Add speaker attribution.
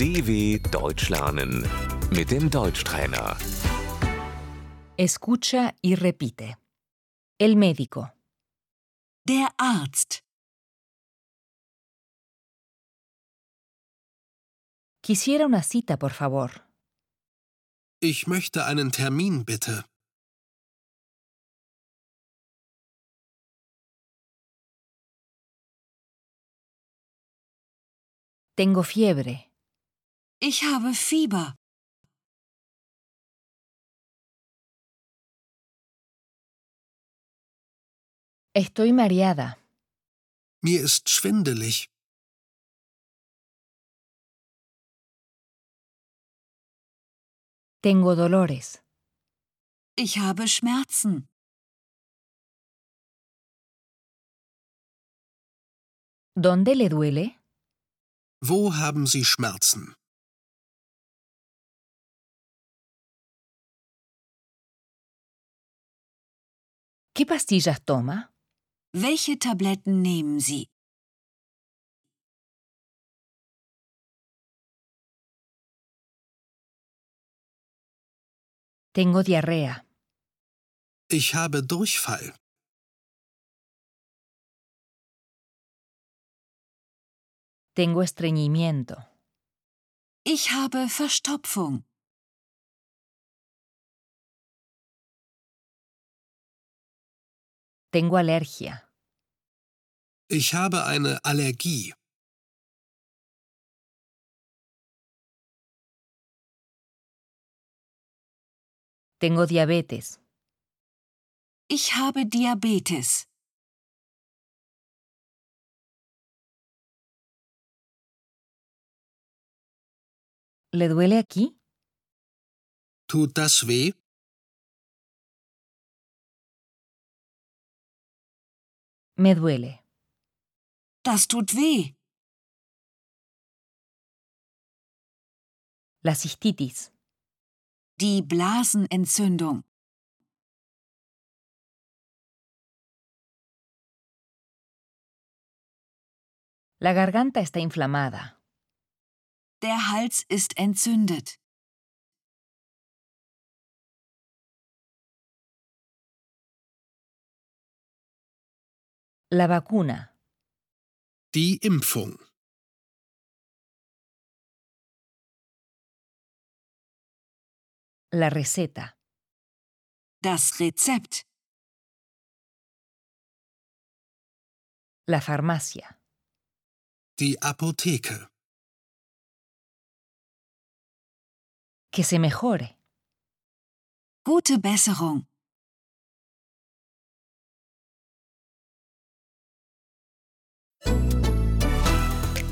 Speaker 1: DW Deutsch lernen mit dem Deutschtrainer.
Speaker 2: Escucha y repite. El médico.
Speaker 3: Der Arzt.
Speaker 2: Quisiera una cita, por favor.
Speaker 4: Ich möchte einen Termin bitte.
Speaker 2: Tengo fiebre.
Speaker 3: Ich habe Fieber.
Speaker 2: Estoy mareada.
Speaker 4: Mir ist schwindelig.
Speaker 2: Tengo dolores.
Speaker 3: Ich habe Schmerzen.
Speaker 2: ¿Dónde le duele?
Speaker 4: Wo haben Sie Schmerzen?
Speaker 2: ¿Qué pastillas toma?
Speaker 3: Welche Tabletten nehmen Sie?
Speaker 2: Tengo diarrea.
Speaker 4: Ich habe Durchfall.
Speaker 2: Tengo estreñimiento.
Speaker 3: Ich habe Verstopfung.
Speaker 2: Tengo alergia.
Speaker 4: Ich habe eine Allergie.
Speaker 2: Tengo diabetes.
Speaker 3: Ich habe Diabetes.
Speaker 2: ¿Le duele aquí?
Speaker 4: Tut das weh?
Speaker 2: Me duele.
Speaker 3: Das tut weh.
Speaker 2: La cistitis.
Speaker 3: Die Blasenentzündung.
Speaker 2: La garganta está inflamada.
Speaker 3: Der Hals ist entzündet.
Speaker 2: La vacuna.
Speaker 4: Die Impfung.
Speaker 2: La receta.
Speaker 3: Das Rezept.
Speaker 2: La farmacia.
Speaker 4: Die Apotheke.
Speaker 2: Que se mejore.
Speaker 3: Gute Besserung.